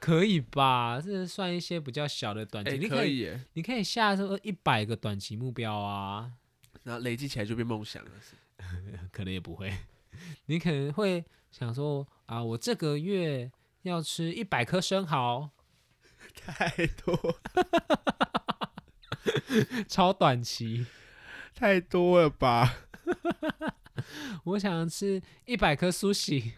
[SPEAKER 1] 可以吧？这算一些比较小的短期，
[SPEAKER 2] 哎、
[SPEAKER 1] 你
[SPEAKER 2] 可
[SPEAKER 1] 以
[SPEAKER 2] 以耶，
[SPEAKER 1] 你可以下这一百个短期目标啊，
[SPEAKER 2] 然后累积起来就变梦想了。
[SPEAKER 1] 可能也不会。你可能会想说啊，我这个月要吃一百颗生蚝，
[SPEAKER 2] 太多
[SPEAKER 1] 超短期。
[SPEAKER 2] 太多了吧？
[SPEAKER 1] 我想吃一百颗苏喜。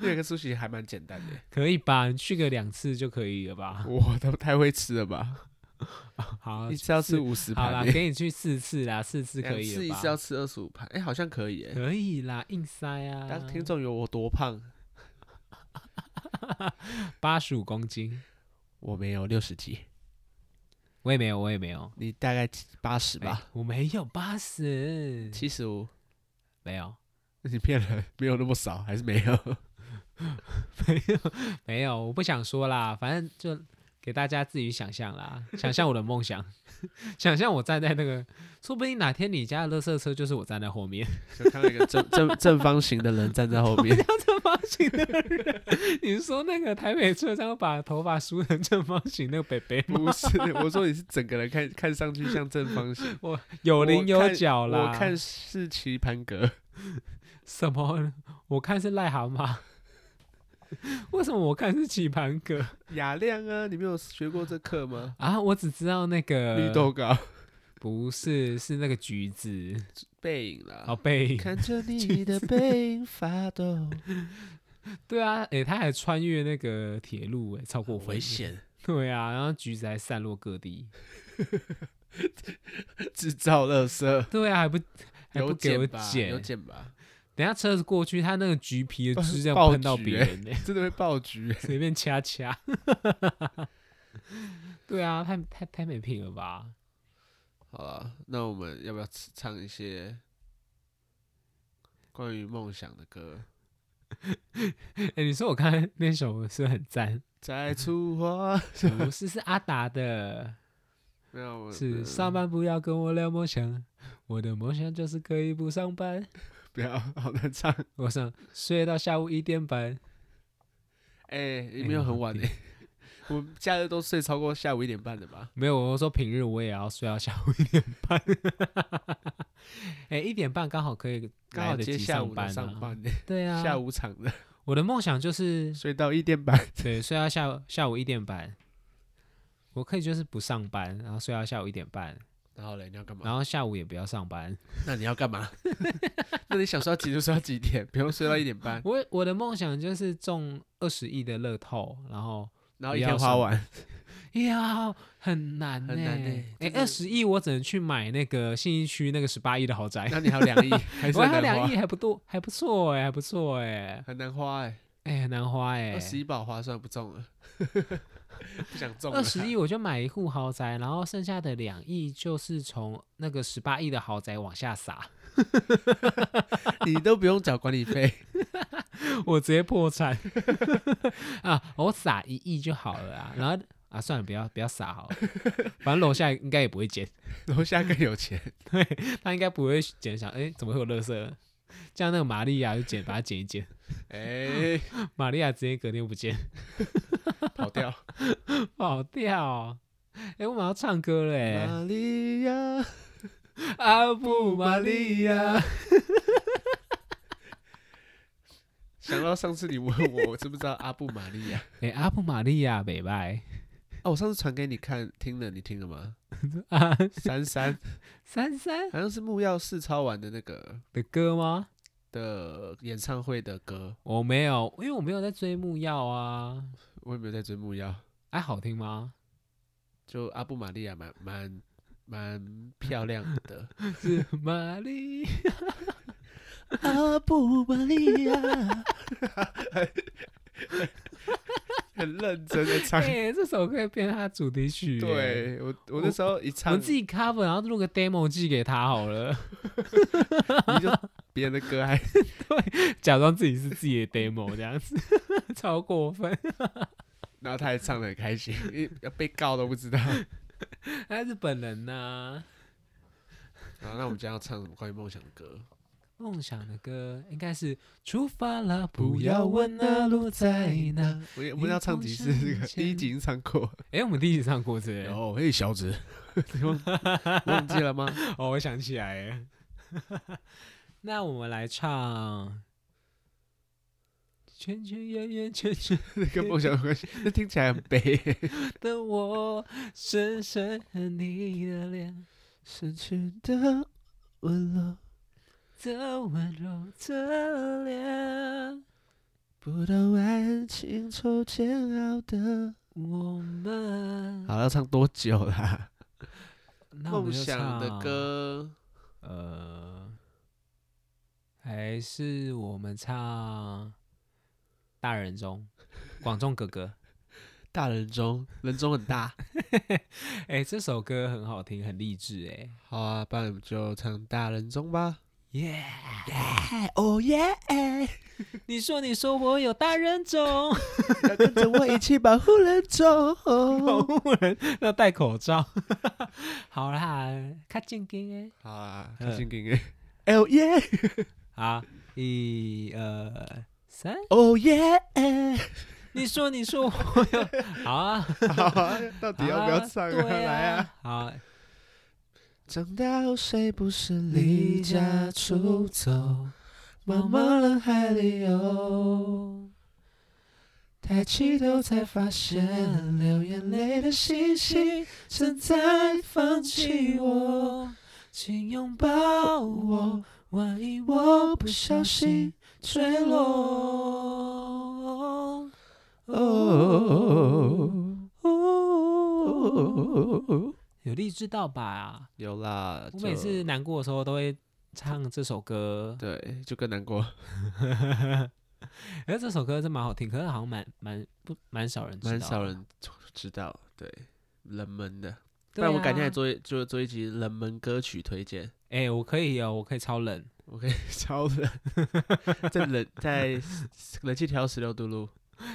[SPEAKER 2] 那个苏西还蛮简单 的，
[SPEAKER 1] 可以吧？你去个两次就可以了吧？
[SPEAKER 2] 哇，都太会吃了吧？
[SPEAKER 1] 好
[SPEAKER 2] 一，次要哦吃五十
[SPEAKER 1] 好啦，
[SPEAKER 2] 盘耶，
[SPEAKER 1] 给你去四次啦，四次可
[SPEAKER 2] 两
[SPEAKER 1] 以
[SPEAKER 2] 次一
[SPEAKER 1] 了
[SPEAKER 2] 次要
[SPEAKER 1] 吧？啊
[SPEAKER 2] 吃二十五盘，哎、好像可以耶。
[SPEAKER 1] 可以啦，硬塞
[SPEAKER 2] 当
[SPEAKER 1] 啊，
[SPEAKER 2] 听众有我多胖，
[SPEAKER 1] 八十五公斤，
[SPEAKER 2] 我没有六十几，
[SPEAKER 1] 我也没有，我也没有，
[SPEAKER 2] 你大概八十
[SPEAKER 1] 没
[SPEAKER 2] 吧，
[SPEAKER 1] 我没有八十，
[SPEAKER 2] 七十五。
[SPEAKER 1] 没有，
[SPEAKER 2] 你骗人，没有那么少，还是没有。
[SPEAKER 1] 没有，没有，我不想说啦，反正就给大家自己想 象啦，想象我的梦想， 想象我站在那个，说不定哪天你家的垃圾车就是我站在后面，
[SPEAKER 2] 就看到一个 正正正方形的人站在后面，
[SPEAKER 1] 正方形的人，你是说那个台北车厢把头发梳成正方形那个北北吗？
[SPEAKER 2] 不是，我说你是整个人看看上去像正方形，
[SPEAKER 1] 有棱
[SPEAKER 2] 我
[SPEAKER 1] 有
[SPEAKER 2] 看
[SPEAKER 1] 角啦。
[SPEAKER 2] 我看是棋盘格，
[SPEAKER 1] 什么？ 我看是癞蛤蟆。 为什么我看是棋盘格
[SPEAKER 2] 雅亮啊，你没有学过这课吗？
[SPEAKER 1] 啊？我只知道那个
[SPEAKER 2] 绿豆糕
[SPEAKER 1] 不是，是那个橘子
[SPEAKER 2] 背影啦
[SPEAKER 1] 哦，。背影。
[SPEAKER 2] 看着你的背影发 抖，
[SPEAKER 1] 对啊，诶、他还穿越那个铁路、诶，超过
[SPEAKER 2] 好危。险，
[SPEAKER 1] 对啊，然后橘子还散落各地。
[SPEAKER 2] 制造垃圾，
[SPEAKER 1] 对啊，还不还不
[SPEAKER 2] 有
[SPEAKER 1] 给我
[SPEAKER 2] 吧？
[SPEAKER 1] 捡
[SPEAKER 2] 有捡吧？
[SPEAKER 1] 等一下车子过去，他那个橘皮的
[SPEAKER 2] 爆
[SPEAKER 1] 汁这样
[SPEAKER 2] 爆
[SPEAKER 1] 喷到
[SPEAKER 2] 橘
[SPEAKER 1] 别
[SPEAKER 2] 欸
[SPEAKER 1] 人呢、
[SPEAKER 2] 真的会爆菊欸，
[SPEAKER 1] 随便掐掐。 对啊，太太太没品了吧？
[SPEAKER 2] 好了，那我们要不要吃唱一些关于梦想的歌？
[SPEAKER 1] 哎、你说我刚才那首是不是很赞，
[SPEAKER 2] 再出发，
[SPEAKER 1] 不是是阿达的，
[SPEAKER 2] 没有，我
[SPEAKER 1] 是
[SPEAKER 2] 嗯
[SPEAKER 1] 上班不要跟我聊梦想，我的梦想就是可以不上班。
[SPEAKER 2] 不要，好难唱。
[SPEAKER 1] 我想睡到下午一点半，
[SPEAKER 2] 哎、也
[SPEAKER 1] 哎
[SPEAKER 2] 没有很
[SPEAKER 1] 我
[SPEAKER 2] 晚
[SPEAKER 1] 的
[SPEAKER 2] 哎、 我们假日都睡超过下午一点半的吧？
[SPEAKER 1] 没有，我说平日我也要睡到下午一点半。 哎、一点半刚好可以
[SPEAKER 2] 刚
[SPEAKER 1] 来
[SPEAKER 2] 好
[SPEAKER 1] 得
[SPEAKER 2] 接
[SPEAKER 1] 及
[SPEAKER 2] 下午的
[SPEAKER 1] 班、啊、
[SPEAKER 2] 上班、
[SPEAKER 1] 对啊，
[SPEAKER 2] 下午场的，
[SPEAKER 1] 我的梦想就是
[SPEAKER 2] 睡到一点半。
[SPEAKER 1] 对，睡到下午下午一点半，我可以就是不上班，然后睡到下午一点半，
[SPEAKER 2] 然后嘞，你要干嘛？
[SPEAKER 1] 然后下午也不要上班。
[SPEAKER 2] 那你要干 嘛？那你想睡到几就睡到几点，不用睡到一点 半，
[SPEAKER 1] 我我的梦想就是中二十亿的乐透，然后
[SPEAKER 2] 然后一
[SPEAKER 1] 不要
[SPEAKER 2] 天花
[SPEAKER 1] 上
[SPEAKER 2] 完。
[SPEAKER 1] 呀很难呢、
[SPEAKER 2] 很难欸
[SPEAKER 1] 哎
[SPEAKER 2] 真的
[SPEAKER 1] 二十亿我只能去买那个信义区那个十八亿的豪宅，
[SPEAKER 2] 那你还有 两亿，还是
[SPEAKER 1] 我
[SPEAKER 2] 很
[SPEAKER 1] 还有
[SPEAKER 2] 难
[SPEAKER 1] 两
[SPEAKER 2] 花
[SPEAKER 1] 亿，还不多，还不错哎、还不错哎、
[SPEAKER 2] 很难花哎、
[SPEAKER 1] 哎、很难花哎、
[SPEAKER 2] 二十一宝划算不中了， 不想中了。
[SPEAKER 1] 二十亿，我就买一户豪宅，然后剩下的两亿就是从那个十八亿的豪宅往下撒，
[SPEAKER 2] 你都不用缴管理费，
[SPEAKER 1] 我直接破产 啊！我撒一亿就好了啊，然后啊算了，不要不要撒好了， 反正楼下应该也不会捡，
[SPEAKER 2] 楼下更有钱。
[SPEAKER 1] 他应该不会捡，想哎、怎么会有垃圾？这样那个玛利亚就捡，把它捡一捡，
[SPEAKER 2] 哎、
[SPEAKER 1] 玛利亚直接隔天不见，
[SPEAKER 2] 跑掉。
[SPEAKER 1] 跑掉、哎、我马上唱歌了、欸，
[SPEAKER 2] 玛利亚，
[SPEAKER 1] 阿布玛利亚。
[SPEAKER 2] 想到上次你问我，我知不知道阿布玛利亚？
[SPEAKER 1] 哎、阿布玛利亚北拜
[SPEAKER 2] 哦，我上次传给你看，听了，你听了吗？
[SPEAKER 1] 啊，
[SPEAKER 2] 三 三
[SPEAKER 1] 三三
[SPEAKER 2] 好像是木曜四超玩的那个
[SPEAKER 1] 的歌吗？
[SPEAKER 2] 的演唱会的歌，
[SPEAKER 1] 我没有，因为我没有在追木曜啊。
[SPEAKER 2] 我也没有在追木曜，
[SPEAKER 1] 哎、好听吗？
[SPEAKER 2] 就阿布玛利亚蛮蛮蛮漂亮的。
[SPEAKER 1] 是玛丽，
[SPEAKER 2] 阿布玛利亚， 很认真的唱。
[SPEAKER 1] 哎、这首歌变他主题曲、，
[SPEAKER 2] 对我，我那时候一
[SPEAKER 1] 我
[SPEAKER 2] 唱，
[SPEAKER 1] 们自己 cover，然后录个 demo 寄给他好了，
[SPEAKER 2] 你就别人的歌还
[SPEAKER 1] 假装自己是自己的 demo 这样子， 超过分。
[SPEAKER 2] 然后他还唱的很开心，因为要被告都不知道。
[SPEAKER 1] 他是本人呐、
[SPEAKER 2] 然后那我们今天要唱什么关于梦想的歌？
[SPEAKER 1] 梦想的歌应该是出发啦，不要问那路在哪。？
[SPEAKER 2] 我也我们要唱几次？这个第一集已经唱过，
[SPEAKER 1] 哎、我们第一集唱过这
[SPEAKER 2] 然
[SPEAKER 1] 个，
[SPEAKER 2] 后嘿，小子，你忘 忘记了吗？
[SPEAKER 1] 哦，我想起来 了。那我们来唱。圈圈圆圆圈圈
[SPEAKER 2] 那跟梦想有关系，那听起来很悲。
[SPEAKER 1] 的我，深深恨你的脸，
[SPEAKER 2] 失去的温柔，
[SPEAKER 1] 这温柔的脸，
[SPEAKER 2] 不懂爱情愁煎熬的。
[SPEAKER 1] 我们
[SPEAKER 2] 好，要唱多久啦？
[SPEAKER 1] 那我
[SPEAKER 2] 梦
[SPEAKER 1] 们就
[SPEAKER 2] 想的
[SPEAKER 1] 唱
[SPEAKER 2] 歌，
[SPEAKER 1] 呃，还是我们唱《大人中》，广仲哥哥。
[SPEAKER 2] 大人中，人中很 大。
[SPEAKER 1] 哎、这首歌很好听，很励志哎、
[SPEAKER 2] 好啊，不然我们就唱大人中吧。
[SPEAKER 1] 耶、
[SPEAKER 2] 哦耶！
[SPEAKER 1] 你说你说我有大人中，
[SPEAKER 2] 要跟着我一起保护人中。
[SPEAKER 1] 要戴口罩。 好啦，较正经
[SPEAKER 2] 好啊，
[SPEAKER 1] 嗯
[SPEAKER 2] 开心给你。哦耶！
[SPEAKER 1] 哎。好，一二三。
[SPEAKER 2] 哦耶！
[SPEAKER 1] 你说你说我有好啊，
[SPEAKER 2] 好啊，到底要不要唱
[SPEAKER 1] 对
[SPEAKER 2] 啊？来啊！
[SPEAKER 1] 啊，好。
[SPEAKER 2] 长大后谁不是
[SPEAKER 1] 离
[SPEAKER 2] 离
[SPEAKER 1] 家
[SPEAKER 2] 家
[SPEAKER 1] 出
[SPEAKER 2] 出走？
[SPEAKER 1] 走，
[SPEAKER 2] 茫茫
[SPEAKER 1] 茫茫
[SPEAKER 2] 人
[SPEAKER 1] 人
[SPEAKER 2] 海
[SPEAKER 1] 海
[SPEAKER 2] 里
[SPEAKER 1] 里
[SPEAKER 2] 游。
[SPEAKER 1] 游。
[SPEAKER 2] 抬起头才发现，流眼泪的星星正在放
[SPEAKER 1] 放
[SPEAKER 2] 弃
[SPEAKER 1] 弃
[SPEAKER 2] 我。
[SPEAKER 1] 我，请拥抱我，万一
[SPEAKER 2] 我
[SPEAKER 1] 我
[SPEAKER 2] 不
[SPEAKER 1] 不
[SPEAKER 2] 小
[SPEAKER 1] 小
[SPEAKER 2] 心
[SPEAKER 1] 心
[SPEAKER 2] 坠
[SPEAKER 1] 坠
[SPEAKER 2] 落
[SPEAKER 1] 落。
[SPEAKER 2] 哦
[SPEAKER 1] 哦，
[SPEAKER 2] 哦，
[SPEAKER 1] 有励志到吧？
[SPEAKER 2] 有啦，
[SPEAKER 1] 我每
[SPEAKER 2] 就
[SPEAKER 1] 次难过的时候都会唱这首歌，
[SPEAKER 2] 对就更难过，
[SPEAKER 1] 哎，这首歌真蛮好听，可是好像蛮蛮不蛮少人知道，
[SPEAKER 2] 蛮少。人知道，对，冷门的。不
[SPEAKER 1] 对
[SPEAKER 2] 然我改天还
[SPEAKER 1] 啊
[SPEAKER 2] 做一做做一集冷门歌曲推荐，
[SPEAKER 1] 哎、我可以哦，我可以超冷。
[SPEAKER 2] 我可 以超冷，在冷在冷气调十六度路，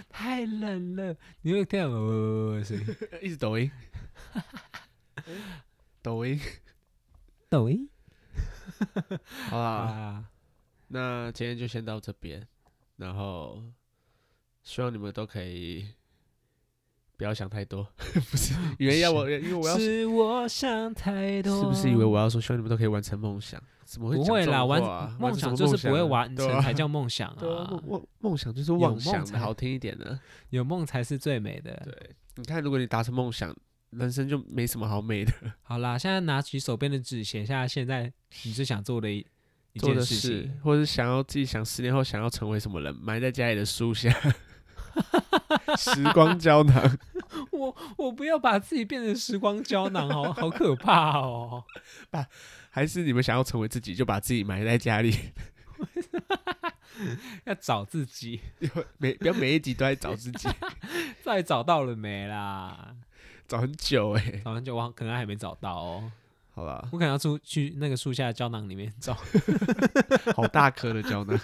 [SPEAKER 1] 太冷了，你会听到呃声音。
[SPEAKER 2] 一直 抖音，抖音，
[SPEAKER 1] 抖音
[SPEAKER 2] 好啦，
[SPEAKER 1] 啊，
[SPEAKER 2] 那今天就先到这边，然后希望你们都可以不要想太多， 不 是以为要我，因为我要
[SPEAKER 1] 是我想太多，
[SPEAKER 2] 是不是以为我要说希望你们都可以完成梦想？怎么会
[SPEAKER 1] 不
[SPEAKER 2] 讲
[SPEAKER 1] 会
[SPEAKER 2] 这种
[SPEAKER 1] 啦？
[SPEAKER 2] 话啊
[SPEAKER 1] 完
[SPEAKER 2] 完
[SPEAKER 1] 梦
[SPEAKER 2] 成什么
[SPEAKER 1] 想
[SPEAKER 2] 梦
[SPEAKER 1] 就是不会
[SPEAKER 2] 啊
[SPEAKER 1] 完
[SPEAKER 2] 对
[SPEAKER 1] 成
[SPEAKER 2] 啊
[SPEAKER 1] 才叫梦想
[SPEAKER 2] 对啊，
[SPEAKER 1] 啊
[SPEAKER 2] 梦！梦梦想就是
[SPEAKER 1] 梦
[SPEAKER 2] 妄想
[SPEAKER 1] 才
[SPEAKER 2] 的好听一点的。
[SPEAKER 1] 有梦才是最美的。
[SPEAKER 2] 对，你看，如果你达成梦想，人生就没什么好美的。
[SPEAKER 1] 好啦，现在拿起手边的纸，写下现在你最想做的一一
[SPEAKER 2] 做
[SPEAKER 1] 件
[SPEAKER 2] 的
[SPEAKER 1] 事
[SPEAKER 2] 事
[SPEAKER 1] 情。，
[SPEAKER 2] 或者想要自己想十年后想要成为什么人，埋在家里的书 下，时光胶囊。
[SPEAKER 1] 我我不要把自己变成时光胶囊，好好可怕哦！
[SPEAKER 2] 还是你们想要成为自己，就把自己埋在家 里，
[SPEAKER 1] 要找自己，
[SPEAKER 2] 每不要每一集都在找自 己，
[SPEAKER 1] 到底找到了没啦？
[SPEAKER 2] 找很久哎、
[SPEAKER 1] 找很久，我可能还没找到哦。
[SPEAKER 2] 好啦，
[SPEAKER 1] 我可能要出去那个树下的胶囊里面找，
[SPEAKER 2] 好大颗的胶囊。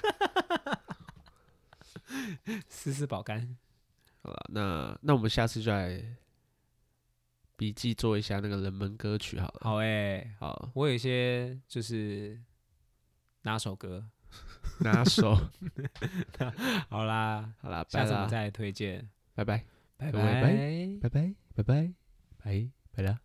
[SPEAKER 1] 丝丝保肝。
[SPEAKER 2] 好啦，那那我们下次就来笔记做一下那个人们歌曲好了。
[SPEAKER 1] 好哎、
[SPEAKER 2] 好，
[SPEAKER 1] 我有一些就是哪首歌？
[SPEAKER 2] 拿手。
[SPEAKER 1] 好啦，
[SPEAKER 2] 好啦，
[SPEAKER 1] 下
[SPEAKER 2] 拜
[SPEAKER 1] 次我们
[SPEAKER 2] 啦，
[SPEAKER 1] 再来推荐，
[SPEAKER 2] 拜拜，
[SPEAKER 1] 拜
[SPEAKER 2] 啊各位拜
[SPEAKER 1] 拜。
[SPEAKER 2] 拜拜，拜拜，拜拜啦。